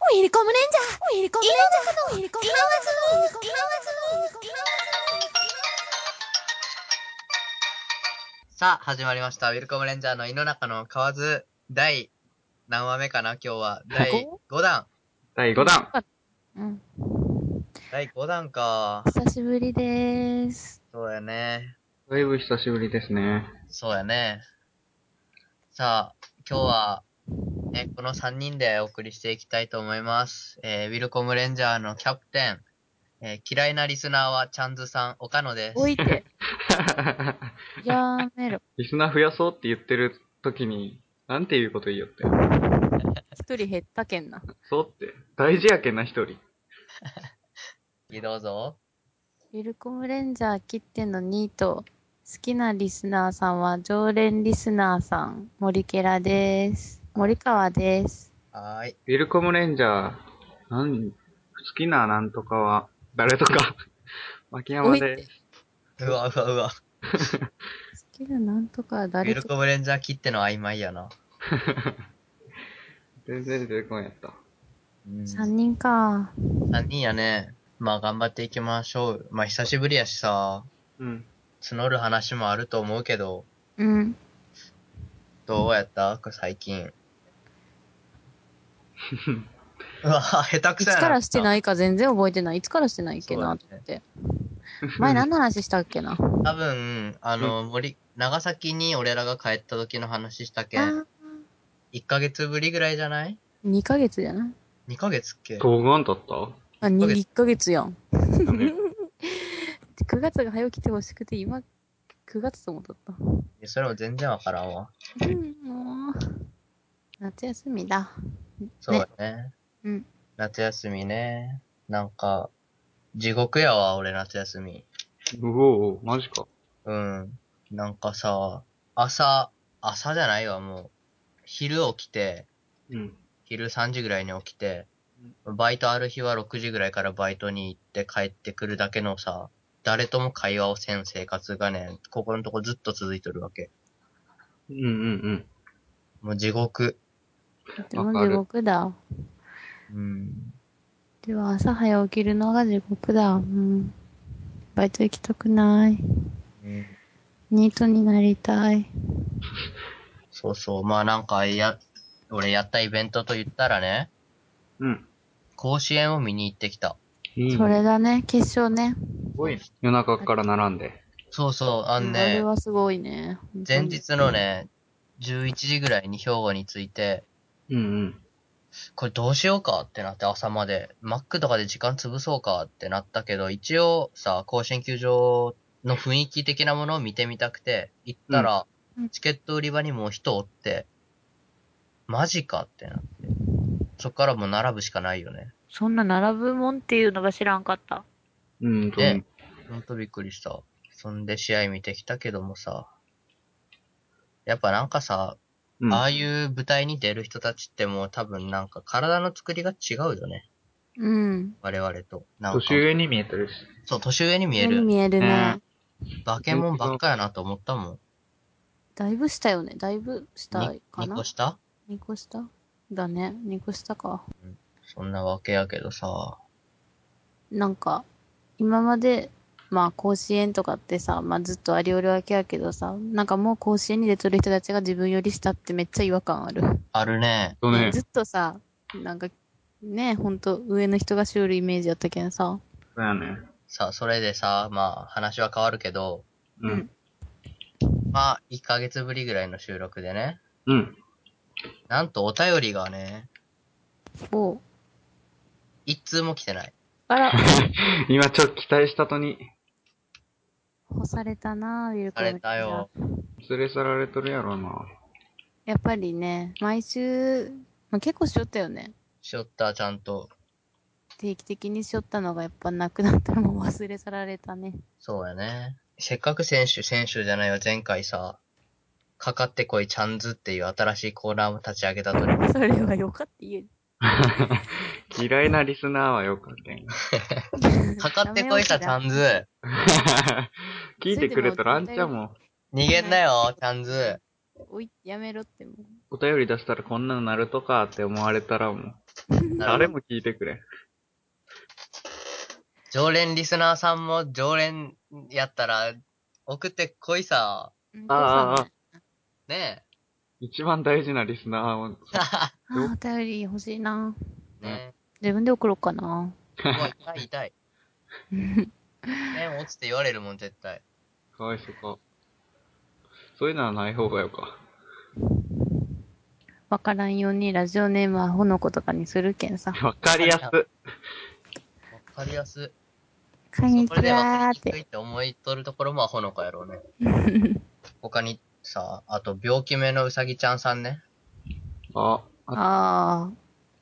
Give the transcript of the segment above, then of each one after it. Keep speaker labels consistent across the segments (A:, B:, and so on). A: コムレンジャーウィリコムレンジャーウィリコムレンジャー
B: さあ、始まりました。ウィルコムレンジャーの井の中の河津、第何話目かな今日は。第5弾。
C: 第5弾
A: うん、
B: 第5弾か。
A: 久しぶりでーす。
B: そうやね。
C: だいぶ久しぶりですね。
B: そうやね。さあ、今日は、え、この3人でお送りしていきたいと思います。えーウィルコムレンジャーのキャプテン、えー嫌いなリスナーはチャンズさん、岡野です。
A: 置いて、やめろ。
C: リスナー増やそうって言ってる時に、なんていうこと言いよって。
A: 一人減ったけんな。
C: そうって。大事やけんな、一人。
B: どうぞ。
A: ウィルコムレンジャー切ってのニート。好きなリスナーさんは常連リスナーさん、森ケラです。森川です。
B: はーい。
C: ウィルコムレンジャー、なん、好きななんとかは、誰とか、 牧山です。
B: うわうわうわ。
A: 好きななんとか
B: ウィ
A: 誰
B: ル
A: と
B: コムレンジャー切っての曖昧やな。
C: 全然出てこんやった。
B: うん
A: 三人か。
B: 3人やね。まあ頑張っていきましょう。まあ久しぶりやしさ、
C: うん。
B: 募る話もあると思うけど、
A: うん。
B: どうやった最近。うわ、下手く
A: い
B: そ
A: つ
B: やな。
A: からして
B: い
A: ないか全然覚えてない。いつからしてないっけなと思って。前 何の話したっけな。
B: 多分、あの、森、長崎に俺らが帰った時の話したけん、
A: あ
B: 1ヶ月ぶりぐらいじゃない
A: ー2ヶ月じゃない
B: ?2 ヶ月っけ
C: 動画だった
A: あ、
B: ヶ
A: に
B: 月
A: 1ヶ月やん。
C: なんで
A: 9月が早起きてほしくて、今、9月と思っとった。
B: それも全然わからんわ。
A: うん、もう。夏休みだ。
B: そうだね。
A: うん。
B: 夏休みね。なんか、地獄やわ、俺夏休み。
C: うおうおう、マジか。
B: うん。なんかさ、朝、朝じゃないわ、もう。昼起きて、
C: うん。
B: 昼3時ぐらいに起きて、バイトある日は6時ぐらいからバイトに行って帰ってくるだけのさ、誰とも会話をせん生活がね、ここのとこずっと続いとるわけ。
C: うんうん
B: もう地獄。
A: とても
C: わか
A: 地
C: る
A: 獄だ。
B: うん。
A: では、朝早起きるのが地獄だ。うん。バイト行きたくない。
B: うん
A: ニートになりたい。
B: そうそう。まあなんか、や、俺やったイベントと言ったらね、
C: うん。うん。
B: 甲子園を見に行ってきた。
C: いいね
A: それだね、決勝ね。
C: すごいね夜中から並んで。
B: そうそう、あ
A: あ
B: のね。
A: れはすごいね。本当に
B: 前。日のね、11時ぐらいに兵庫に着いて、
C: うんうん。
B: これどうしようかってなって朝まで、マックとかで時間潰そうかってなったけど、一応さ、甲子園球場の雰囲気的なものを見てみたくて、行ったら
A: うん、
B: チケット売り場にもう人おって、マジかってなって。そっからもう並ぶしかないよね。
A: そんな並ぶもんっていうのが知らんかった。
C: うん、と
B: でほんとびっくりした。そんで試合見てきたけどもさ、やっぱなんかさ、
C: うん、
B: ああいう舞台に出る人たちってもう多分なんか体の作りが違うよね。
A: うん。
B: 我々と。なんか
C: 年上に見えてるし。
B: そう、年上に見え
A: 目に
B: る。
A: 見えるね
C: ね。
B: バケモンばっかやなと思ったもん。
A: だいぶしたよね。だいぶした
B: に
A: か
B: 2
A: な
B: 個。下
A: 2個下だね。2個下か。
B: そんなわけやけどさ。
A: なんか、今まで、まあ甲子園とかってさ、まあずっとありおるわけやけどさ、なんかもう甲子園に出とる人たちが自分より下ってめっちゃ違和感ある。
B: あるね。
C: とね
A: ず、っとさ、なんか、ね、ほんと上の人がしおるイメージやったけんさ。
C: そうやね。
B: さあ、それでさ、まあ話は変わるけど、
C: うん。
B: まあ1ヶ月ぶりぐらいの収録でね。
C: うん。
B: なんとお便りがね、
A: おう
B: 一通も来てない。
A: あら、
C: 今ちょっと期待したとに、
A: 干されたなぁ、ウィルコ
B: されたよ。。
C: 連れ去られとるやろな。
A: やっぱりね、毎週、まあ、結構しよったよね。
B: しよった、ちゃんと。
A: 定期的にしよったのがやっぱなくなったらもう忘れ去られたね。
B: そうやね。せっかく選手、選手じゃないわ、前回さ、かかってこいチャンズっていう新しいコーナーも立ち上げたとに、
A: それはよかって言え。
C: 嫌いなリスナーはよかったんや
B: かかってこいさ、チャンズ
C: 聞いてくれたらあんちゃんも。
B: 逃げんなよ、チャンズ
A: おい、やめろってもう。
C: お便り出したらこんなのなるとかって思われたらもう、
B: なるほど
C: 誰も聞いてくれん。
B: 常連リスナーさんも常連やったら、送ってこいさ。
A: うん
C: あー
B: ね
C: 一番大事なリスナーを、
A: お父さんねあー、お便り欲しいな。
B: え。ね
A: 自分で送ろうかな。
B: え。もう痛い痛い。ね落ちて言われるもん、絶対。
C: かわいそうか。そういうのはない方がよか。
A: わからんようにラジオネームはほのことかにするけんさ。
C: わかりやす。
B: わかりやす。
A: こんにち
B: それでわ
A: は
B: か
A: ー
B: り
A: っ
B: にくい
A: て。
B: って思いとるところもアホの子やろうね。 他にさ、あと病気目のうさぎちゃんさんね。
C: あ、あ、
A: あ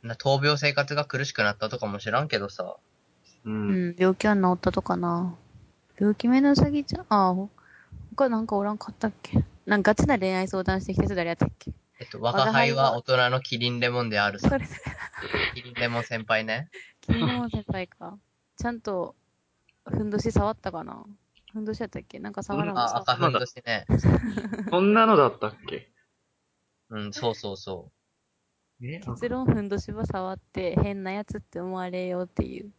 A: あ、
B: な闘病生活が苦しくなったとかも知らんけどさ。
C: う。
A: うんん、病気は治ったとかな。病気目のうさぎちゃん、ああ、他なんかおらんかったっけなんかガチな恋愛相談してきた人誰やったっけ
B: えっと、若輩は大人のキリンレモンであるさ。
A: それ、
B: キリンレモン先輩ね。
A: 君の先輩か。ちゃんと、ふんどし触ったかなふんどしやったっけなんか触らん
B: あ、赤ふんどしね。
C: そんなのだったっけ
B: うん、そうそうそ
C: え
A: 結論ふんどしは触って変なやつって思われようっていう。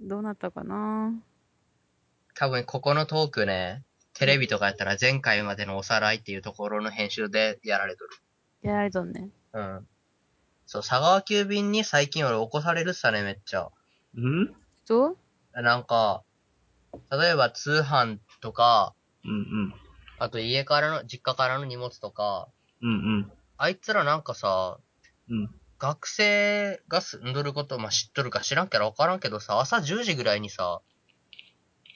A: どうなったかな
B: う。多分、ここのトークね、テレビとかやったら前回までのおさらいっていうところの編集でやられとる。
A: やられとんね。
B: うん。そう、佐川急便に最近俺起こされるっすね、めっちゃ。
C: うん
A: そう
B: なんか、例えば通販とか、
C: うんうん。
B: あと家からの、実家からの荷物とか、
C: うんうん。
B: あいつらなんかさ、
C: うん。
B: 学生が住んどること、まあ、知っとるか知らんけどわからんけどさ、朝10時ぐらいにさ、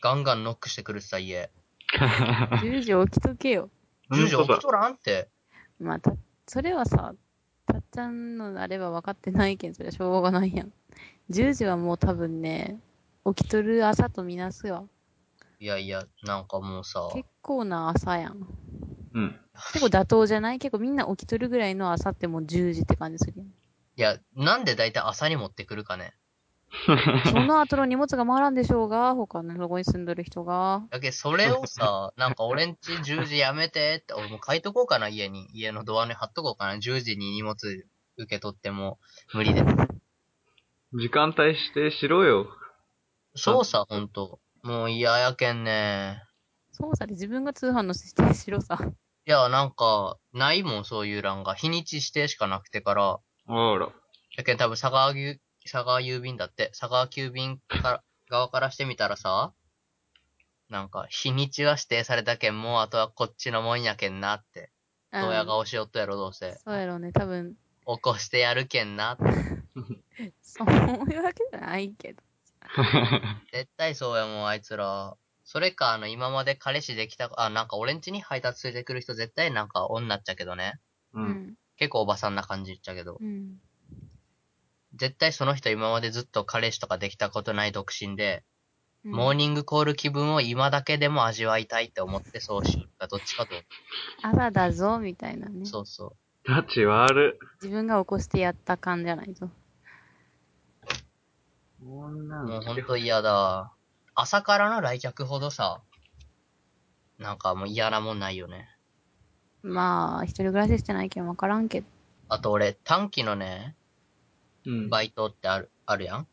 B: ガンガンノックしてくるしさ、家。
A: ?10 時起きとけよ。
B: 10時
C: 本当
B: 起
C: だ
B: きとらんって。
A: まあ、た、それはさ、たっちゃんのあれば分かってないけん、それはしょうがないやん。10時はもう多分ね、起きとる朝とみなすわ。
B: いやいや、なんかもうさ、
A: 結構な朝やん。
C: うん。
A: 結構妥当じゃない結構みんな起きとるぐらいの朝ってもう10時って感じするやん。
B: いや、なんで大体朝に持ってくるかね。
A: その後の荷物が回らんでしょうが、他のとこに住んどる人が。
B: だけどそれをさ、なんか俺んち10時やめてって、俺もう書いとこうかな、家に。家のドアに貼っとこうかな。10時に荷物受け取っても無理で。
C: 時間帯指定しろよ。
B: そうさ、ほんと。もう嫌やけんね。
A: そうさで自分が通販の指定しろさ。
B: いや、なんか、ないもん、そういう欄が。日にち指定しかなくてから。
C: あら。
B: だけど多分佐川牛、佐川郵便だって、佐川急便から側からしてみたらさ、なんか、日にちは指定されたけん、もうあとはこっちのもんやけんなって。
A: う
B: ど
A: ん
B: うや顔しよっとやろ、どうせ。
A: そうやろうね、多分。
B: 起こしてやるけんなって。
A: そういうわけじゃないけど。
B: 絶対そうやもん、あいつら。それか、あの、今まで彼氏できた、あ、なんか俺ん家に配達ついてくる人絶対なんか女っちゃけどね。
C: う。
A: うんん。
B: 結構おばさんな感じっちゃけど。
A: うん。
B: 絶対その人今までずっと彼氏とかできたことない独身で、
A: うん
B: モーニングコール気分を今だけでも味わいたいって思ってそうしようか、どっちかと。
A: 朝だぞ、みたいなね。
B: そうそう。
C: タチ悪。
A: 自分が起こしてやった感じゃないと。
C: こん
B: も
C: な
B: う
C: の
B: ほんと嫌だ。朝からの来客ほどさ、なんかもう嫌なもんないよね。
A: まあ、一人暮らししてないけん分からんけど。
B: あと俺、短期のね、
C: うん。
B: バイトってある、あるやん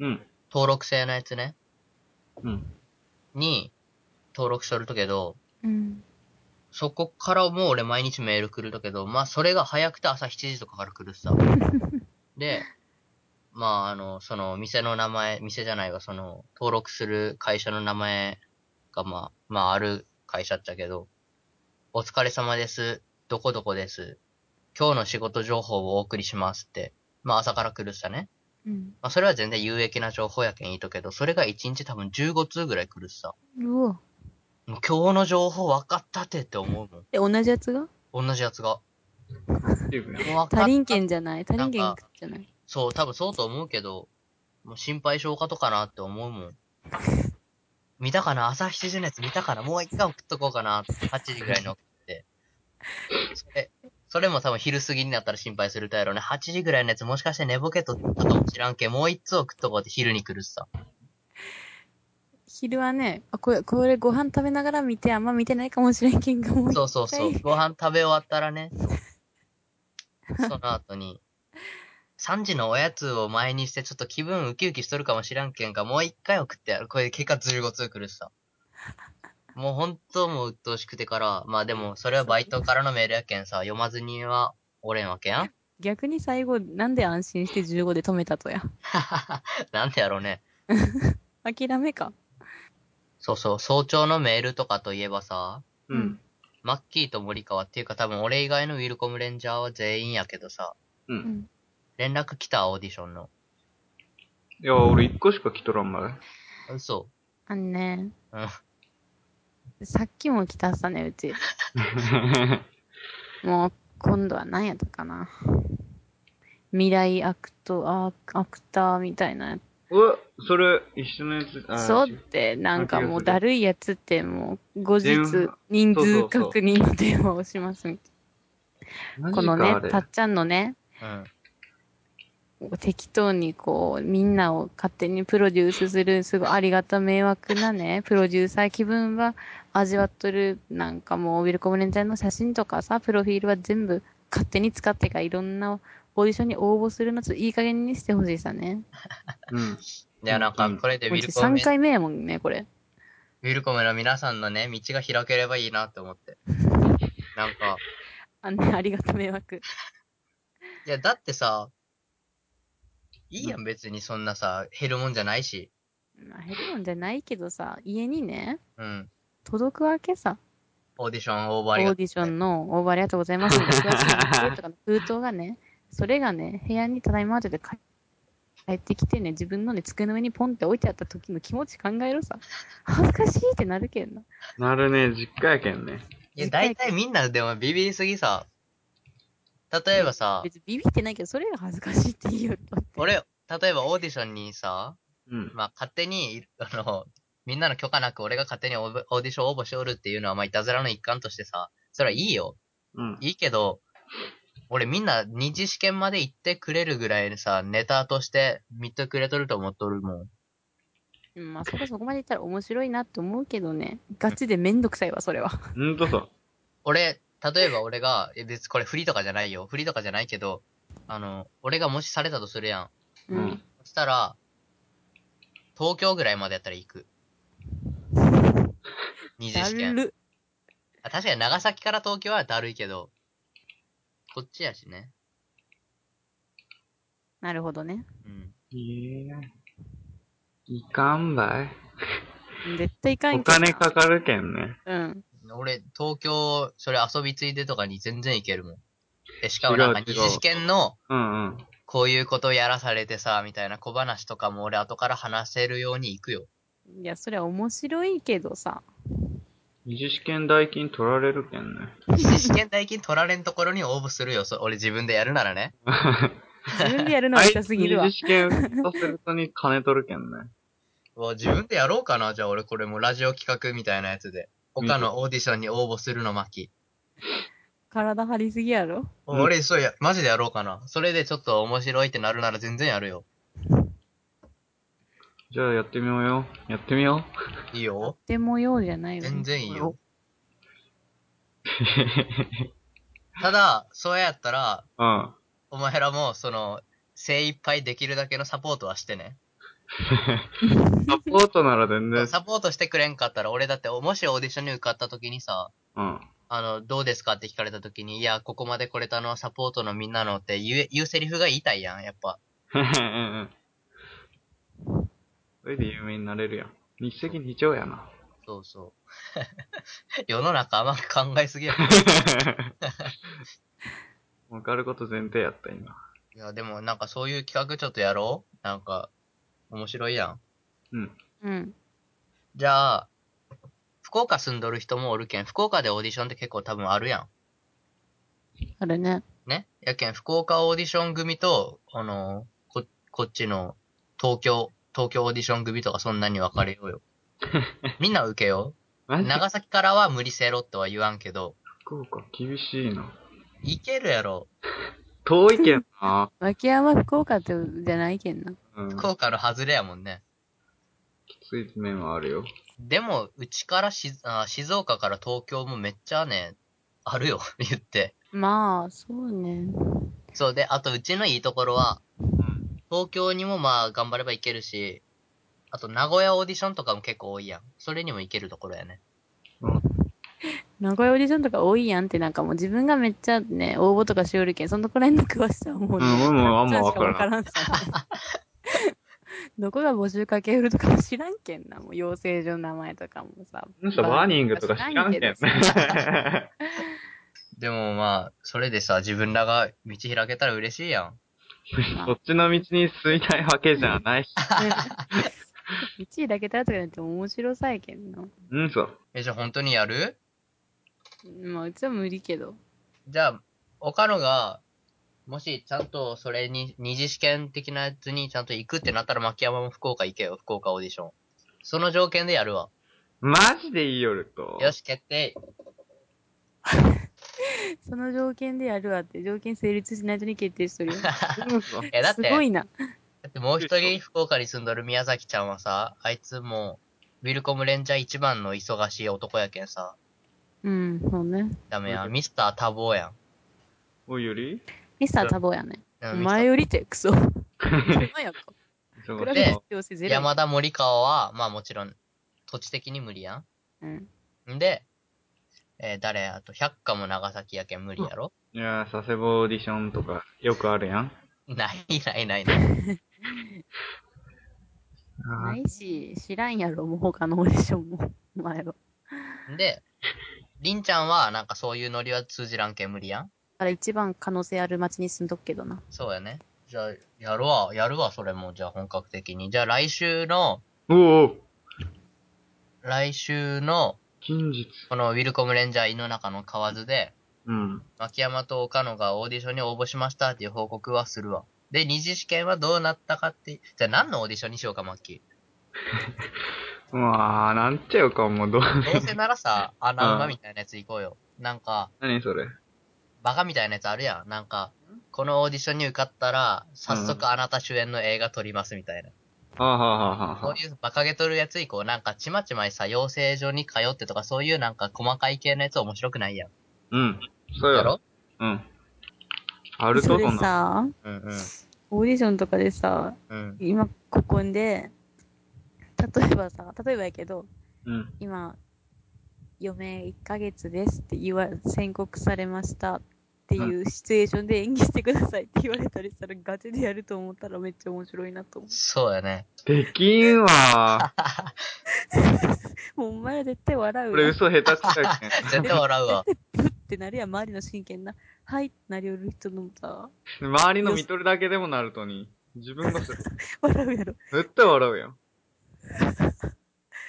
C: うん。
B: 登録制のやつね。
C: うん。
B: に、登録しとるとけど、
A: うん。
B: そこからもう俺毎日メール来るとけど、まあそれが早くて朝7時とかから来るしさ。で、まああの、その店の名前、店じゃないわ、その登録する会社の名前がまあ、まあある会社っちゃけど、お疲れ様です。どこどこです。今日の仕事情報をお送りしますって。まあ朝から来るっさね。
A: うん。
B: まあそれは全然有益な情報やけんいいとけど、それが1日多分15通ぐらい来るっさ。
A: うお。
B: もう今日の情報分かったてって思うもん。
A: え、同じやつが
B: 同じやつが。
C: チームね
B: もう分か
A: 他
B: っ
A: 人県じゃない他人
B: な
A: 県
B: んか
A: じゃない
B: そう、多分そうと思うけど、もう心配性かとかなって思うもん。見たかな朝7時のやつ見たかなもう一回送っとこうかなって8時ぐらいに送って。それ、それも多分昼過ぎになったら心配するとやろうね。8時ぐらいのやつもしかして寝ぼけとったかもしらんけん。もう一通送っとこうって昼に来るしさ。
A: 昼はね、あ、これ、これご飯食べながら見て、あんま見てないかもしれんけんがもう一回。
B: そうそうそう。ご飯食べ終わったらね、その後に、3時のおやつを前にしてちょっと気分ウキウキしとるかもしらんけんか、もう一回送ってやる。これ結果15通来るしさ。もう本当もう鬱陶しくてから、まあでもそれはバイトからのメールやけんさ、読まずにはおれんわけやん。
A: 逆に最後、なんで安心して15で止めたとや。
B: なんでやろうね。
A: 諦めか。
B: そうそう、早朝のメールとかといえばさ、
C: うん。
B: マッキーと森川っていうか多分俺以外のウィルコムレンジャーは全員やけどさ、
C: う。
A: うんん。
B: 連絡来たオーディションの。
C: いや、俺一個しか来とら んまで。
B: 嘘。
A: あのね、
B: うん。
A: さっきも来たさね、うち。もう、今度は何やったかな。未来アクト、アアクターみたいなやつ
C: うわ、それ、一緒のやつ、
A: そう
C: 違
A: っ
C: う
A: て、なんかもう
C: 気がする
A: だるいやつってもう、後日
C: 電話
A: 人
C: そうそう
A: 数
C: そう
A: 確認の電話をしますみたいな。
C: マジ
A: この
C: か
A: ね、
C: あれ
A: たっちゃんのね、
B: うん。
A: 適当にこう、みんなを勝手にプロデュースする、すごいありがた迷惑なね、 プロデューサー気分は味わっとる、なんかもう、ウィルコムレンジャーの写真とかさ、プロフィールは全部勝手に使ってからいろんなオーディションに応募するのちょっといい加減にしてほしいさね。
C: うん。
B: ではなんか、これでウ
A: もう
B: ィルコム
A: 3、回目やもんね、これ。
B: ウィルコムの皆さんのね、道が開ければいいなって 思って。なんか、
A: あね、ありがた迷惑。
B: いや、だってさ、いいやん、別にそんなさ、減るもんじゃないし。
A: まあ、減るもんじゃないけどさ、家にね、
B: うん。
A: 届くわけさ。
B: オーディション応募
A: オ
B: あり
A: ー
B: がと
A: ディションの応募ありがとうございますみたいな。詳しい内容とか の封筒がね、それがね、部屋にただいまってで帰ってきてね、自分のね、机の上にポンって置いてあった時の気持ち考えろさ。恥ずかしいってなるけんな。
C: なるね、実家やけんね。
B: う。いや、大体みんなでもビビりすぎさ。例えばさ、
A: 別にビビってないけど、それが恥ずかしいって言うよ。だって
B: 俺、例えばオーディションにさ、
C: うん。
B: まあ、勝手に、あの、みんなの許可なく俺が勝手にオーブオーディション応募しおるっていうのは、まあ、いたずらの一環としてさ、それはいいよ。
C: うん。
B: いいけど、俺みんな二次試験まで行ってくれるぐらいのさ、ネタとして見てくれとると思っとるもん。
A: うんまあ、そこそこまで言ったら面白いなって思うけどね、ガチでめんどくさいわ、それは。
C: ほんとそう。
B: 俺、例えば俺が、え別にこれ振りとかじゃないよ。振りとかじゃないけど、あの、俺がもしされたとするやん。
A: う
C: うんん。
B: そしたら、東京ぐらいまでやったら行く。二次
A: だ
B: 試験。
A: る。
B: あ確かに長崎から東京はだるいけど、こっちやしね。
A: なるほどね。
B: うん。
C: いやいかんば
A: 絶対いか
C: い。
A: ん
C: お
A: けどな
C: 金かかるけんね。
A: うん。
B: 俺、東京、それ遊びついでとかに全然行けるもん。えしかもなんか
C: 違う違
B: 二
C: う
B: 次試験の、
C: うんうん。
B: こういうことをやらされてさ、みたいな小話とかも俺後から話せるように行くよ。
A: いや、それは面白いけどさ。
C: 二次試験代金取られるけ んね。
B: 二次試験代金取られんところに応募するよ。そ俺自分でやるならね。
A: 自分でやるのは
C: あい
A: 痛
C: つ
A: すぎるわ
C: 二。次試験させるとに金取るけんね。
B: うわ自分でやろうかな。じゃあ俺これもうラジオ企画みたいなやつで。他のオーディションに応募するの巻。
A: 体張りすぎやろ。
C: うん
B: 俺、そうや、マジでやろうかな。それでちょっと面白いってなるなら全然やるよ。
C: じゃあやってみようよ。やってみよう。
B: いいよ。
A: でもようじゃないよ。
B: 全然いいよ。ただ、そうやったら、
C: うん。
B: お前らも、その、精一杯できるだけのサポートはしてね。
C: サポートなら全然。
B: サポートしてくれんかったら、俺だって、もしオーディションに受かった時にさ、
C: うん。
B: あの、どうですかって聞かれた時に、いや、ここまで来れたのはサポートのみんなのって言う、言うセリフが言いたいやん、やっぱ。
C: うんうんそれで有名になれるやん。日赤二鳥やな。
B: そうそう。 世の中甘く考えすぎや。
C: わかること前提やった、今。
B: いや、でもなんかそういう企画ちょっとやろうなんか、面白いやん。
C: うん。
A: うん。
B: じゃあ、福岡住んどる人もおるけん、福岡でオーディションって結構多分あるや
A: あれね。
B: ん。ねやけん、福岡オーディション組と、あのこ、こっちの東京、東京オーディション組とかそんなに分かれようよ。みんな受けよう。
C: マジ
B: 長崎からは無理せろとは言わんけど、
C: 福岡厳しいな。
B: いけるやろ。
C: 遠いけんな。
A: 脇山福岡ってじゃないけんな。
C: うん。
B: 福岡の外れやもんね。
C: きつい面はあるよ。
B: でも、うちからしあ静岡から東京もめっちゃね、あるよ、 言って。
A: まあ、そうね。
B: そうで、あとうちのいいところは、
C: うん。
B: 東京にもまあ頑張れば行けるし、あと名古屋オーディションとかも結構多いやん。それにも行けるところやね。
A: 名古屋オーディションとか多いやんってなんかもう自分がめっちゃね、応募とかしよるけん、そのとこら辺の詳しさはもう
C: う
A: ね、
C: ん、俺もあんま
A: そ
C: わ
A: うし
C: からない。
A: らんさ。どこが募集かけうるとかも知らんけんな、もう養成所の名前とかもさ。
C: なんかバーニングとか知らんけんね
A: 知らんけどさ。
B: でもまあ、それでさ、自分らが道開けたら嬉しいやん。
C: そっちの道に進みたいわけじゃないし。
A: 1位だけだとかなんて面白さやけんな。
C: うん、そう。
B: え、じゃあ本当にやる
A: まあ、うちは無理けど。
B: じゃあ、岡野が、もしちゃんとそれに、二次試験的なやつにちゃんと行くってなったら牧山も福岡行けよ、福岡オーディション。その条件でやるわ。
C: マジでいいよると。
B: よし、決定。
A: その条件でやるわって、条件成立しないとに決定しとるよ。
C: うんそう。
B: え、だって、
A: すごいな。
B: だってもう一人福岡に住んどる宮崎ちゃんはさ、あいつもう、ウィルコムレンジャー一番の忙しい男やけんさ、
A: うん、そうね。
B: ダメや
C: うん
B: ん。ミスター多忙やん。
C: おいより
A: ミスター多忙やね。
B: うん
A: お
B: ミスター
A: 前よりってクソ。そんなんやっか。比
C: 忙
A: べ
C: しい。
A: て要請ゼロや。
B: 山田森川は、まあもちろん、土地的に無理や
A: うん。
B: ん。んで、えー誰やあと、百花も長崎やけん無理やろ、
C: いやー、佐世保オーディションとかよくあるやん。
B: ないないないない。
C: あ
A: な
C: ー
A: いし、知らんやろ、もう他のオーディションも。お前は。
B: んで、りんちゃんはなんかそういうノリは通じらんけん無理やん。
A: だから一番可能性ある街に住んどくけどな。
B: そうやね。じゃあ、やるわ、やるわ、それも、じゃあ本格的に。じゃあ来週の、
C: おおお
B: 来週の、
C: 近日。
B: このウィルコムレンジャー井の中の河津で、
C: うん。
B: 牧山と岡野がオーディションに応募しましたっていう報告はするわ。で、二次試験はどうなったかって、じゃあ何のオーディションにしようか、マッキ
C: まあ、なんちゃうかもうどう。
B: ー。どうせならさ、穴馬みたいなやつ行こうよ。なんか、
C: 何それ。
B: バカみたいなやつあるやん。なんか、このオーディションに受かったら、早速あなた主演の映画撮りますみたいな。
C: はあ、はあはあは
B: そう
C: あ、
B: いうバカげとるやつ以降、なんかちまちまさ、養成所に通ってとか、そういうなんか細かい系のやつ面白くないやん。
C: うん。そう
B: や
C: や
B: ろ
C: ろうん。あると
A: そ
C: そ
A: れ
C: んな。
A: さ、
B: うん
A: オーディションとかでさ、
B: うん。うん。
A: 今ここで、例えばさ、例えばやけど、
C: うん。
A: 今、余命1ヶ月ですって言わ、宣告されましたっていうシチュエーションで演技してくださいって言われたりしたらガチでやると思ったらめっちゃ面白いなと思
B: そうやね。
C: できんわ。
A: う。もうお前ら絶対笑う
C: こ
A: よ。
C: れ嘘下手くそやけん。
B: 絶対笑うわ。
A: プッてなるやん、周りの真剣な。はいってなりよる人のさ、
C: 周りの見とるだけでもなるとに。自分がする。
A: 笑うやろ。
C: 絶対笑うやん。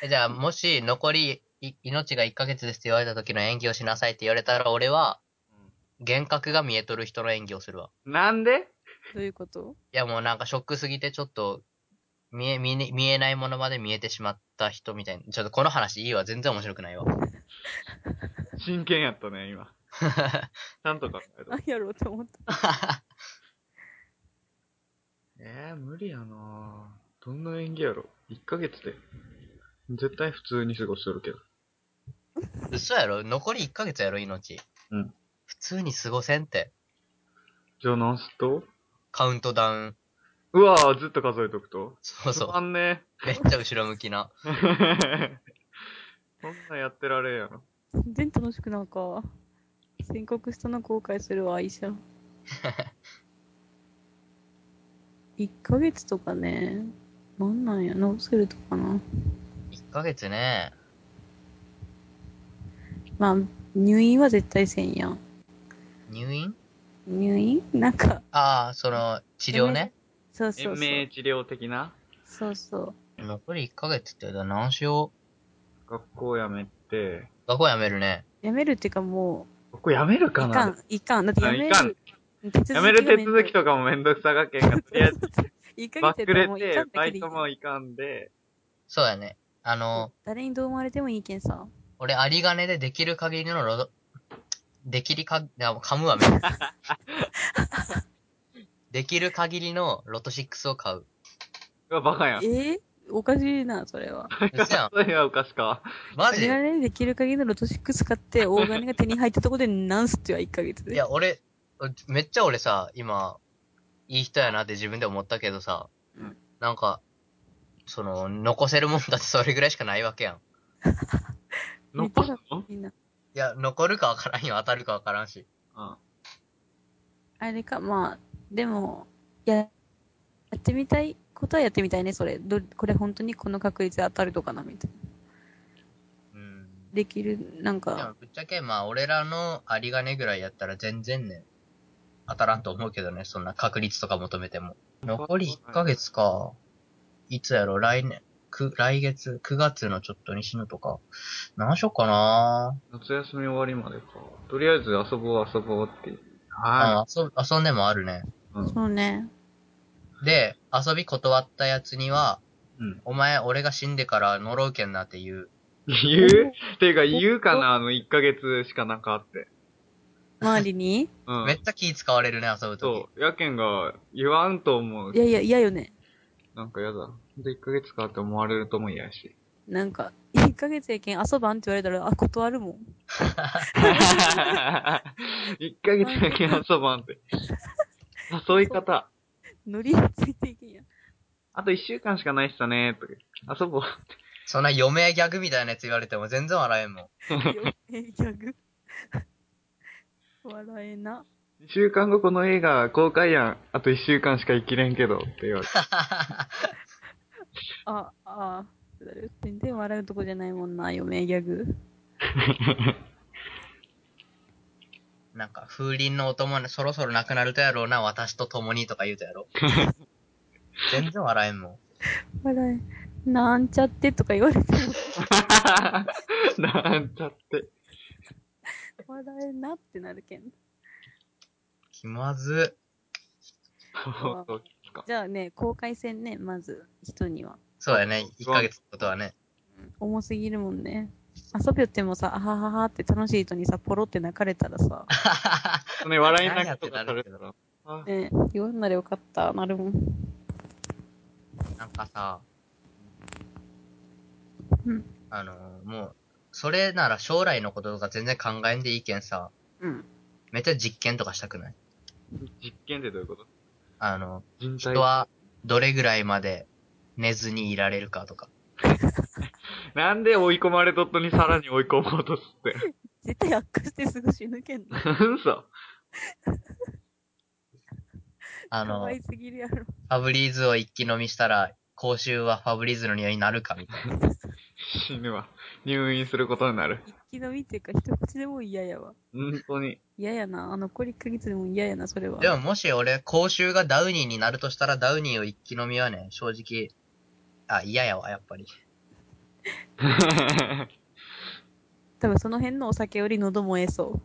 B: えじゃあ、もし残りい命が1ヶ月ですって言われた時の演技をしなさいって言われたら、俺は、幻覚が見えとる人の演技をするわ。
C: なんで
A: どういうこと
B: いやもうなんかショックすぎてちょっと、見え、見えね、見えないものまで見えてしまった人みたいな。ちょっとこの話いいわ。全然面白くないわ。
C: 真剣やったね、今。ちゃんと考えた
A: 何。やろうと思った。
C: えー、無理やなぁ。どんな演技やろ ?1 ヶ月で。絶対普通に過ごしとるけど。
B: 嘘やろ残り1ヶ月やろ命。
C: うん。
B: 普通に過ごせんって。
C: じゃあ何すっと
B: カウントダウン。
C: うわぁ、ずっと数えとくと。
B: そう
C: つ
B: そ
C: まんね
B: う。めっちゃ後ろ向きな。
C: え。 そんなんやってられんやろ。
A: 全然楽しくなんか、宣告したの後悔するわ、愛 車。1ヶ月とかね、なんなんや、ノースルとかな。
B: 1ヶ月ね。
A: まあ、入院は絶対せんやん。
B: 入院
A: 入院なんか、
B: ああ、その、治療ね。
A: そうそう
C: 延
A: そ
C: 命
A: う。
C: 治療的な
A: そうそう。
B: 残り1ヶ月って言うと何しよ
C: 学校やめて。
B: う。学校やめるね。
A: やめるっていうかも
C: 学校やめる
A: う、
C: か
A: いか、
C: なん
A: いかん。だってやめ
C: あいかん
A: る。手続き
C: や
A: が
C: め
A: めんど
C: る
A: い
C: 手続きとかもめんどくさがけ んが、とりあえず、
A: 一ヶ
C: バッ
A: 月
C: ク
A: やったら
C: れ
A: もういか
C: て
A: ん、だ
C: バ
A: け
C: イ
A: でいい
C: トもいかんで、
B: そうやね。あの、
A: 誰にどう思われてもいいけんさ。
B: 俺、有り金でできる限りの労働、できりか、いや噛むわ、めっちゃ できる限りのロト6を買う。
C: うわ、バカやん。
A: えおかしいな、それは。
B: 嘘やん。
C: それがおかしか。
B: マジ
A: 限られできる限りのロト6使って、大金が手に入ったところで、なんすっては1ヶ月
B: い
A: で。
B: や、俺、めっちゃ俺さ、今、いい人やなって自分で思ったけどさ、
A: うん
B: なんか、その、残せるもんだってそれぐらいしかないわけやん。い
C: 残すの
A: みんな。
B: や、残るかわからんよ、当たるかわからんし。
C: あ
A: あれか、まあ、でも、や、やってみたいことはやってみたいね、それ。ど、これ本当にこの確率で当たるとかな、みたいな。
B: うん。
A: できる、なん
B: いや
A: か、
B: ぶっちゃけ、まあ、俺らの有り金ぐらいやったら全然ね、当たらんと思うけどね、そんな確率とか求めても。残り1ヶ月か。いつやろ、来年、く、来月、9月のちょっとに死ぬとか。何しよっかな
C: 夏休み終わりまでか。とりあえず遊ぼう遊ぼうって。は
B: あ遊遊んでもあるね。
C: い。うん。
A: そうね。
B: で、遊び断ったやつには、
C: うん。
B: お前、俺が死んでから呪うけんなって言う。
C: 言う っていうか言うかなあの1ヶ月しかなかって。
A: 周りに
C: うん。
B: めっちゃ気使われるね、遊ぶと
C: そう。やけんが言わんと思う
A: い。やいや、嫌よね。
C: なんかやだ。で1ヶ月かって思われるとも嫌 やし。
A: なんか、1ヶ月やけん遊ばんって言われたら、あ、断るもん。
C: 1ヶ月だけ遊ばんって。誘い方。
A: ノリがついてい けんや。
C: あと1週間しかないっすよねとか。遊ぼう。
B: き。そんな余命ギャグみたいなやつ言われても全然笑えんもん。
A: 余命ギャグ。 笑えな。
C: 2週間後この映画公開やん。あと1週間しか生きれんけど。って言 われて。
A: あ、あ、全然笑うとこじゃないもんな、余命ギャグ。
B: なんか、風鈴のお供にそろそろなくなるとやろうな、私と共にとか言うとやろ。全然笑えんもん。
A: 笑え。なんちゃってとか言われても、
C: なんちゃって。
A: 笑えなってなるけん。
B: 気まず。
A: あ
C: そうですか。
A: じゃあね、公開戦ね、まず、人には。
B: そうやね、1ヶ月ってことはね。
A: 重すぎるもんね。遊びよってもさ、あはははって楽しい人にさ、ポロって泣かれたらさ、
C: ね、笑いながらされたら。あ
A: ね、言わんならよかった、なるもん。
B: なんかさ、
A: うん
B: あのもう、それなら将来のこととか全然考えんでいいけんさ、
A: うん。
B: めっちゃ実験とかしたくない
C: 実験ってどういうこと
B: あの、
C: 人体
B: 人はどれぐらいまで寝ずにいられるかとか。
C: なんで追い込まれとっとにさらに追い込もうとすって。
A: 絶対悪化してすぐ死ぬけんな。
C: 嘘
B: あ
A: か
B: の、
A: わ
B: フ
A: いすぎるやろ。
B: ァブリーズを一気飲みしたら、口臭はファブリーズの匂いになるかみたいな。
C: 死ぬわ。入院することになる。
A: 一気飲みっていうか、一口でも嫌やわ。
C: 本当に。
A: 嫌やな、あの、残り1ヶ月でも嫌やな、それは。
B: でももし俺、口臭がダウニーになるとしたら、ダウニーを一気飲みはね、正直、あ、嫌やわ、やっぱり。
A: 多分その辺のお酒より喉燃えそ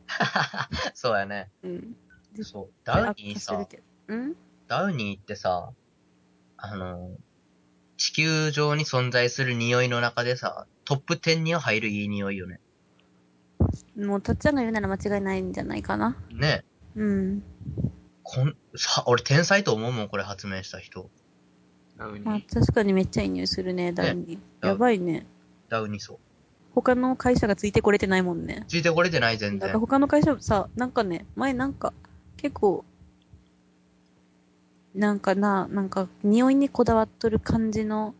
B: そうやね。
A: う。うん。
B: そう。ダウニー
A: 悪
B: さ
A: 化す、るけどうん
B: ダウニーってさ、あの、地球上に存在する匂いの中でさ、トップ10には入るいい匂いよね。
A: もう、とっちゃんが言うなら間違いないんじゃないかな。
B: ね
A: うん。
B: こん、さ、俺天才と思うもん、これ発明した人。
C: ダウニ
A: まあ
C: ー、
A: 確かにめっちゃいい匂いするね、ダウニー。やばいね。
B: ダウニーそう。
A: 他の会社がついてこれてないもんね。
B: ついてこれてない、全
A: なんか
B: 然。
A: 他の会社さ、なんかね、前なんか、結構、なんかな、なんか、匂いにこだわっとる感じの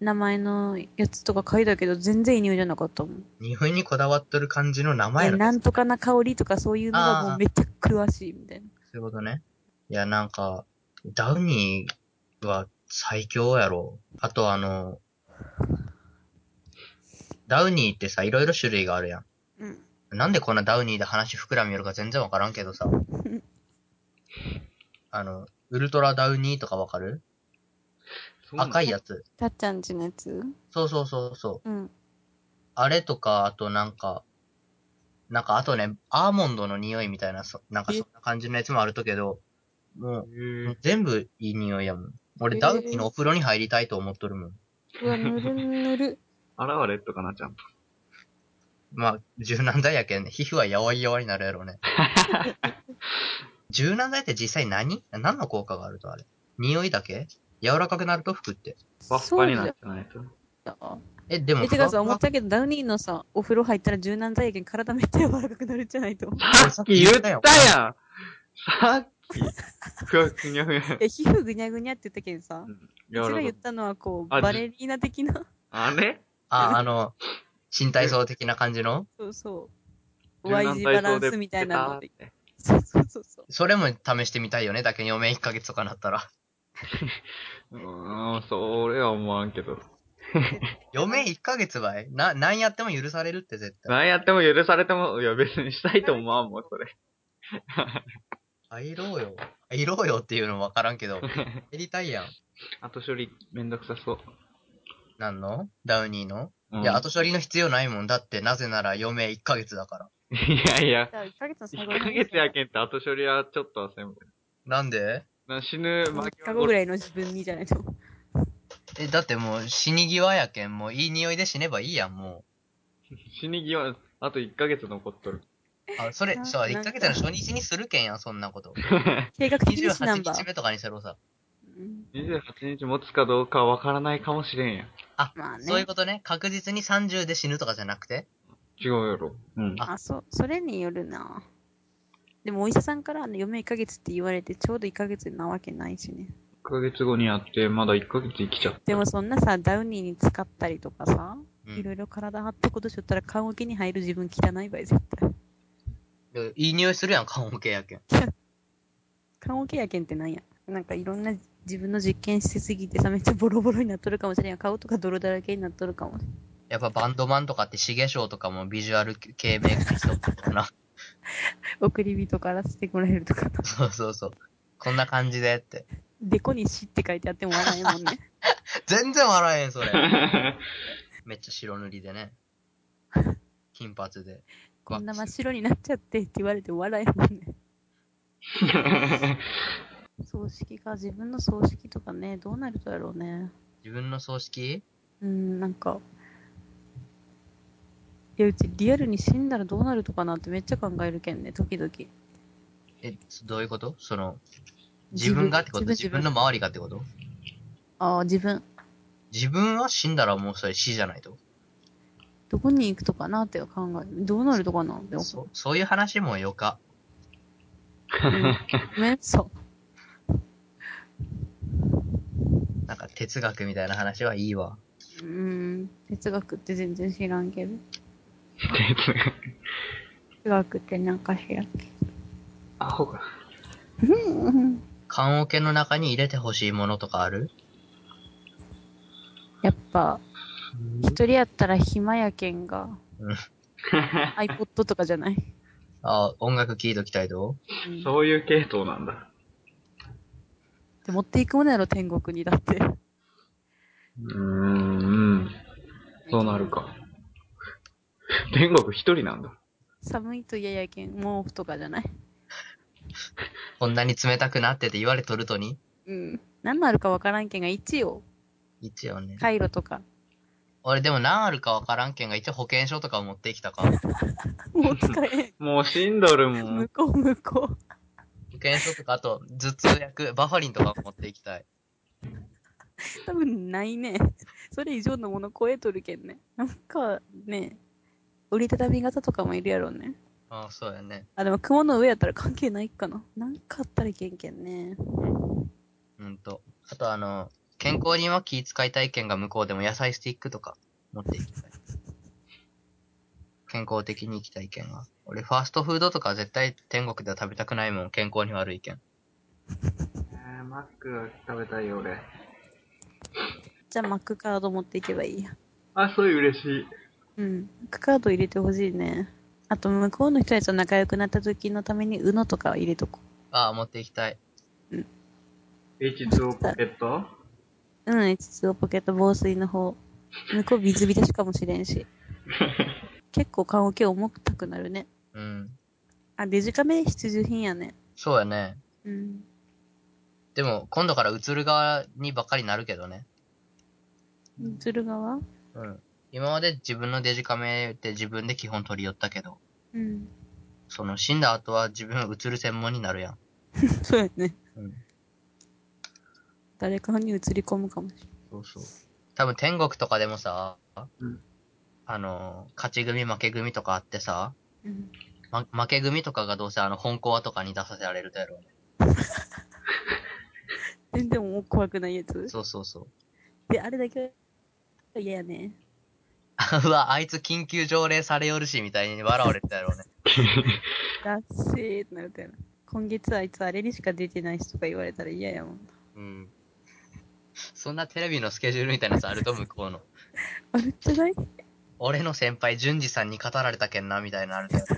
A: 名前のやつとか書いたけど、全然いい匂いじゃなかったもん。
B: 日本にこだわっとる感じの名前
A: え
B: の
A: なんとかな香りとかそういうのがもうめっちゃ詳しいみたいな。
B: そういうことね。いや、なんか、ダウニーは最強やろ。あとあの、ダウニーってさ、いろいろ種類があるやん。
A: うん。
B: なんでこんなダウニーで話膨らみよるか全然わからんけど さ。あの、ウルトラダウニーとかわかる
C: そうなの
B: 赤いやつ。
A: たっちゃんちのやつ
B: そうそうそうそう。
A: うん。
B: あれとか、あとなんか、なんかあとね、アーモンドの匂いみたいな、そなんかそんな感じのやつもあるとけど、も
C: へ
B: う
C: え、
B: 全部いい匂いやもん。俺、
A: えー
B: ダウニーのお風呂に入りたいと思っとるもん。
A: うわ、ぬるぬる。
C: 現れっとかな、ちゃんと。
B: まあ、柔軟剤やけんね、皮膚はやわいやわになるや ろうね。柔軟剤って実際何何の効果があるとあれ匂いだけ柔らかくなると服って。
C: パッパになっちゃないと。
A: じゃん。
B: え、でも
A: え、
B: ふ
A: て
B: わ
A: か
B: ふ
A: さ、
B: わ
A: 思ったけど、ダウニーのさ、お風呂入ったら柔軟剤やけん、体めっちゃ柔らかくなるんじゃないと。
C: さっき言ったやんさっき。 ふわふにゃふにゃ。
A: え、皮膚ぐにゃぐにゃって言ったけんさ
C: う。ん
A: うち
C: 柔
A: が
C: ら
A: 言
C: か
A: っ
C: く
A: たのは、こう、
C: あ
A: バレリーナ的な。
C: あれ
B: あ、あの、新体操的な感じの
A: そうそう。
C: 柔軟
A: Y 字バラン
C: 体操で
A: スみたいなの
C: ペ
A: で。
C: ターって
A: そうそうそうそう。
B: それも試してみたいよね。だけど嫁1ヶ月とかなったら。
C: うーん、それは思わんけど。
B: 嫁1ヶ月ばいな、何やっても許されるって絶対。
C: 何やっても許されても、いや別にしたいと思わんもん、それ。
B: 入ろうよ。入ろうよっていうのもわからんけど。やりたいやん。
C: 後処理めんどくさそう。
B: なんのダウニーの、
C: うん
B: いや、後処理の必要ないもん。だって、なぜなら嫁1ヶ月だから。
C: いやいや、
A: じゃあ、1ヶ月の最後
C: 1ヶ月やけんって後処理はちょっとはせんもん
B: なんで
C: な死ぬ間
A: 3
C: 際
A: 日後ぐらいの自分にじゃないと。
B: え、だってもう死に際やけん。もういい匂いで死ねばいいやん、も
C: 死に際、あと1ヶ月残っとる。
B: う。あ、それ、
A: な
B: そう、
A: なんか
B: 1ヶ月の初日にするけんやん、そん なこと。
A: 計画的にしな
B: 28
A: んば
B: 日。目とかにせろさ。
A: うん
C: 28日持つかどうかわからないかもしれんやん。
B: あ、
A: まあね
B: そういうことね。確実に30で死ぬとかじゃなくて。
C: 違うやろ。うん。
A: あ、そう、それによるな。でも、お医者さんから、ね、嫁1ヶ月って言われて、ちょうど1ヶ月なわけないしね。
C: 1ヶ月後にやって、まだ1ヶ月生きちゃった。
A: でも、そんなさ、ダウニーに使ったりとかさ、
B: うん
A: いろいろ体張ったことしとったら、棺桶に入る自分汚いばい、絶対。
B: でいい匂いするやん、顔向けやけん。
A: 棺桶やけんってなんや。なんかいろんな自分の実験しすぎてさ、めっちゃボロボロになっとるかもしれんやん。顔とか泥だらけになっとるかも。
B: やっぱバンドマンとかって、シゲショウとかもビジュアル系メイクの人かな。
A: 送り人からしてもらえるとか。
B: そうそうそう。こんな感じでって。
A: デコに死って書いてあっても笑えんもんね。
B: 全然笑えん、それ。めっちゃ白塗りでね。金髪で。
A: こんな真っ白になっちゃってって言われて笑えんもんね。葬式か、自分の葬式とかね、どうなるとやろうね。
B: 自分の葬式
A: うん、なんか。いや、うちリアルに死んだらどうなるとかなってめっちゃ考えるけんね、時々。
B: え、どういうことその、自分がってこと自
A: 自
B: 分
A: 分
B: の周りがってこと
A: ああ、自分。
B: 自分は死んだらもうそれ死じゃないと。
A: どこに行くとかなって考える。どうなるとかな って思
B: そそういう話もよか。
A: う。ね、そう。
B: なんか哲学みたいな話はいいわ。
A: うーん、哲学って全然知らんけど。哲学ってなんか知らんけ
C: アホか。
A: ど。うん
B: 棺桶の中に入れてほしいものとかある
A: やっぱ、一人やったら暇やけんが、
B: うん
A: iPod とかじゃない。
B: あ、音楽聴いときたいと
A: うんで
C: そういう系統なんだ。
A: 持っていくものやろ、天国にだって。
C: うーん。そうなる。か。天国一人なんだ。
A: 寒いと嫌やけん、毛布とかじゃない。
B: こんなに冷たくなってて言われとるとに
A: うん。何のあるかわからんけんが一応、
B: 一応ね。
A: 回路と か。
B: 俺でも何あるかわからんけんが一応保険証とか持ってきたか。
A: もう使えん。
C: もう死んどるもん
A: 向。こう向こう。
B: 保険証とかあと頭痛薬、バファリンとか持っていきたい。
A: 多分ないね。 それ以上のもの超えとるけんね。なんかね、折りたたみ型とかもいるやろうね。
B: あそうやね。
A: あ、でも雲の上やったら関係ないかな。なんかあったらいけんけんね。
B: うんと。あとあの、健康には気使いたいけんが向こうでも野菜スティックとか持っていきたい。健康的に生きたいけんは。俺ファーストフードとか絶対天国では食べたくないもん。健康に悪いけん。
C: えーマック食べたいよ、俺。
A: じゃあマックカード持っていけばいいや。
C: あ、それ嬉しい。
A: うん。マックカード入れてほしいね。あと向こうの人たちと仲良くなった時のために、うのとかは入れとこ
B: ああ、持っていきたい。
C: H2O ポケット
A: う。うん、H2O ポケット防水の方。向こう水浸しかもしれんし。結構缶桶重くたくなるね。
B: うん。
A: あ、デジカメ必需品やね。
B: そうやね。
A: うん。
B: でも、今度から映る側にばっかりなるけどね。
A: 鶴川
B: うん。今まで自分のデジカメって自分で基本取り寄ったけど、
A: うん。
B: その死んだ後は自分映る専門になるやん。
A: そうやね。
B: うん
A: 誰かに移り込むかもしれない。
B: そうそう。多分天国とかでもさ、
C: うん
B: あの、勝ち組負け組とかあってさ、
A: うん、
B: ま、負け組とかがどうせあの、本コアとかに出させられるとやろうね。
A: 全然もう怖くないやつ。
B: そうそうそう。
A: で、あれだけは嫌やね。
B: うわ、あいつ緊急条例されよるし、みたいに笑われたやろうね。
A: だっせーってなるから。今月あいつあれにしか出てないしとか言われたら嫌やもん。
B: うん。そんなテレビのスケジュールみたいなやつあると、向こうの。
A: あれじゃない
B: 俺の先輩、淳二さんに語られたけんな、みたいなのあるとやろ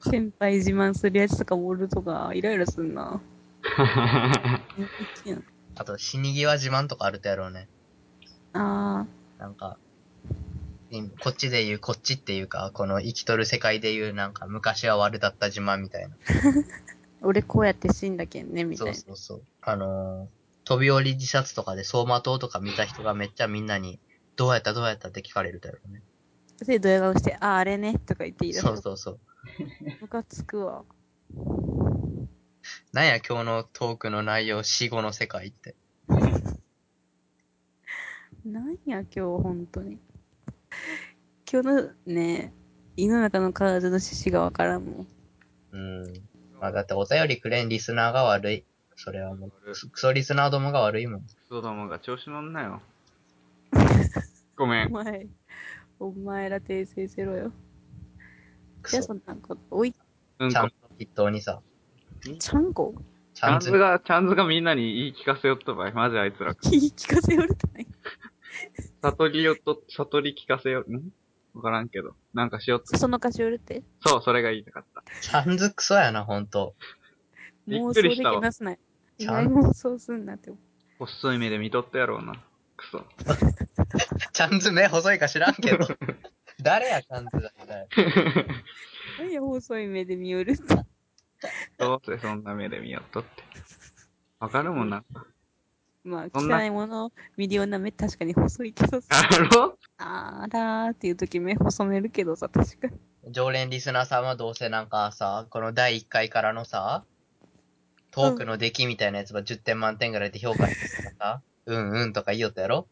A: 先輩自慢するやつとかもおるとか、イライラすん な。
B: あと、死に際自慢とかあるとやろうね。
A: あ
B: なんか、今こっちで言う、こっちっていうか、この生きとる世界で言う、なんか、昔は悪だった自慢みたいな。
A: ー、俺こうやって死んだけんね、みたい
B: そ
A: うな。
B: そうそう。あのー飛び降り自殺とかで走馬灯とか見た人がめっちゃみんなに、どうやったどうやったって聞かれるとやろうね。
A: で、ドヤ顔して、あー、あれね、とか言って言い出す
B: そう。そうそう。
A: ムカつくわ。
B: なんや、今日のトークの内容、死後の世界って。
A: なんや、今日、本当に。今日のね、胃の中の体の趣旨がわからんもん。
B: うん。まあ、だってお便りくれんリスナーが悪い。それはもう、
C: 悪い
B: ククソリスナーどもが悪いもん。
C: そうだもんが調子乗んな よ。ごめ
A: お
C: ん。
A: 前、お前ら訂正せろよ。
B: ク
A: じゃあ
B: ソ。
A: そんなこと、おい、
C: うん
B: ちゃん
C: こ。
B: と筆頭にさ、
A: ちゃんこ
B: ち
C: チャ
B: ゃん
C: ン
B: と
C: ズが、チャンズがみんなに言い聞かせよったばい。マジあいつら。
A: 言い聞かせよるとない。
C: 悟りよっと、悟り聞かせよ、んわからんけど。なんかしよっと。
A: そのかしよるって。
C: そう、それが言いたかった。
B: ちゃんずクソやな、ほんと。
C: びっ
A: 妄想
C: く
A: で
C: りし
A: き
C: たわ
A: なすない。意
B: ちゃ
A: 外
B: ん
A: 妄想すんなって思
C: 細い目で見とったやろうな。クソ。
B: ちゃんず目細いか知らんけど。誰や、ちゃんずだって。
A: う。何や、細い目で見よるって。
C: どうせそんな目で見よっとって。わかるもんな。
A: まあ、
C: そんな
A: 汚いものを見るような目、確かに細いけどさ。
C: やろ
A: あーらーっていう時目細めるけどさ、確かに。
B: 常連リスナーさんはどうせなんかさ、この第1回からのさ、トークの出来みたいなやつは10点満点ぐらいで評価してたさ、うんうんとか言いよったやろ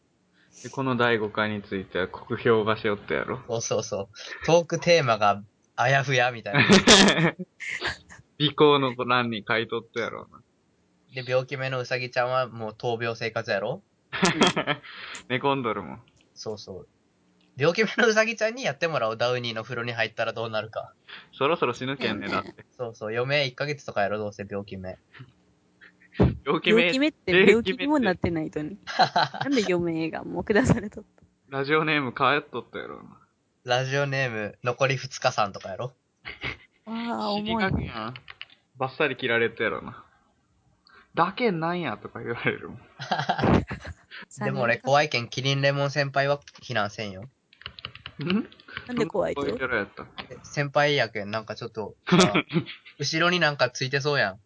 C: でこの第5回については酷評がしよったやろ。
B: そうそうそう。トークテーマがあやふやみたいな。
C: 尾行の欄に書いとったやろう
B: で、病気目のうさぎちゃんはもう闘病生活やろ
C: な。寝込んどるもん。
B: そうそう。病気目のうさぎちゃんにやってもらおう。ダウニーの風呂に入ったらどうなるか。
C: そろそろ死ぬけんね、だって。
B: そうそう。余命1ヶ月とかやろ、どうせ病気目。
C: 病気
A: 病
C: め
A: 気、目って
C: 病
A: 病
C: 気目
A: 気
C: って
A: にもなってないと ね。なんで余命がもう下され とっ
C: ラジオネーム変えっとったやろうな。
B: ラジオネーム、残り2日さんとかやろ
A: たあー、
C: 死に
A: 重
C: かけ
A: い。
C: やん。バッサリ切られたやろうな。だけんなんやとか言われるもん。
B: でも俺怖いけん、キリンレモン先輩は避難せんよ。
C: ん
A: なんで怖い
C: そ
A: と
C: んなキャラやった。
B: え先輩やけん、なんかちょっ と、あ後ろになんかついてそうやん。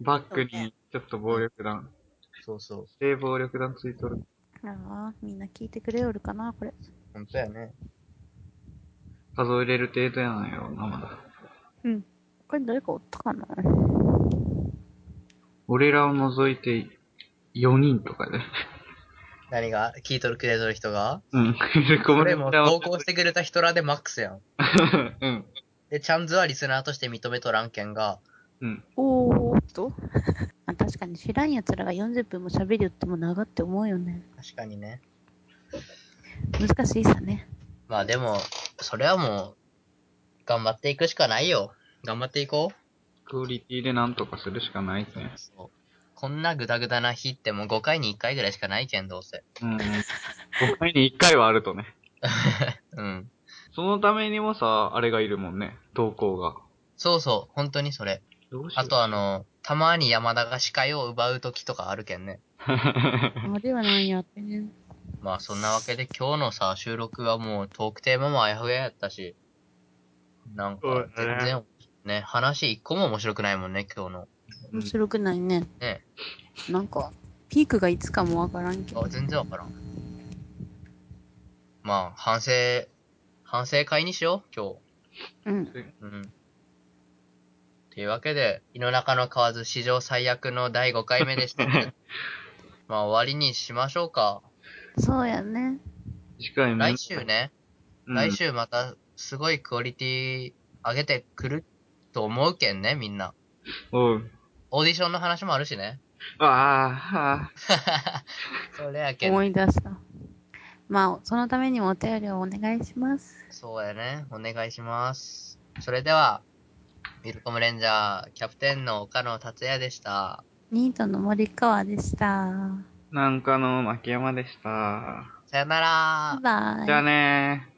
C: バックにちょっと暴力団。
B: そうそう。
C: 性暴力団ついとる。
A: ああ、みんな聞いてくれよるかな、これ。
B: ほんとやね。
C: 数えれる程度やなんやろうな、まだ。
A: うん。これ誰かおったかな
C: 俺らを除いて4人とかで。
B: 何が聞いとるくれとる人が
C: うん。こ
B: 俺も投稿してくれた人らでマックスやん。
C: うん。
B: で、チャンズはリスナーとして認めとらんけんが、
C: うん。
A: おーっと。 あ確かに知らん奴らが40分も喋りよっても長って思うよね。
B: 確かにね。
A: 難しいさ ね。
B: まあでも、それはもう、頑張っていくしかないよ。頑張っていこ
C: クオリティでなんとかするしかないね
B: う。。そう。こんなグダグダな日ってもう5回に1回ぐらいしかないけん、どうせ。
C: うん。5回に1回はあるとね。
B: うん。
C: そのためにもさ、あれがいるもんね。投稿が。
B: そうそう、本当にそれ。
C: どうしよ
B: あ
C: う。
B: とあの、たまに山田が視界を奪う時とかあるけんね。
A: あれはなんやってね。
B: まあそんなわけで今日のさ、収録はもうトークテーマもあやふややったし、なん
C: そ
B: か
C: うだね
B: 全然、ね、話一個も面白くないもんね、今日の。
C: うん
A: 面白くないね。
B: ね
A: なんか、ピークがいつかもわからんけど
B: あ、。全然わからん。まあ、反省、反省会にしよう、今
A: うん。
B: 日。うん。というわけで、井の中の河津史上最悪の第5回目で した。まあ終わりにしましょうか。
A: そうやね。
C: 次回も
B: 来週ね、
C: うん
B: 来週またすごいクオリティ上げてくると思うけんね、みんな。
C: おう。
B: オーディションの話もあるし ね。
C: ああ、
B: それやけ
A: 思
B: ん。
A: い出した。まあ、そのためにもお便りをお願いします。
B: そうやね。お願いします。それでは、ビルコムレンジャー、キャプテンの岡野達也でした。
A: ニートの森川でした。
C: なんかの牧山でした。
B: さよなら
A: バイバイ。
C: じゃあねー。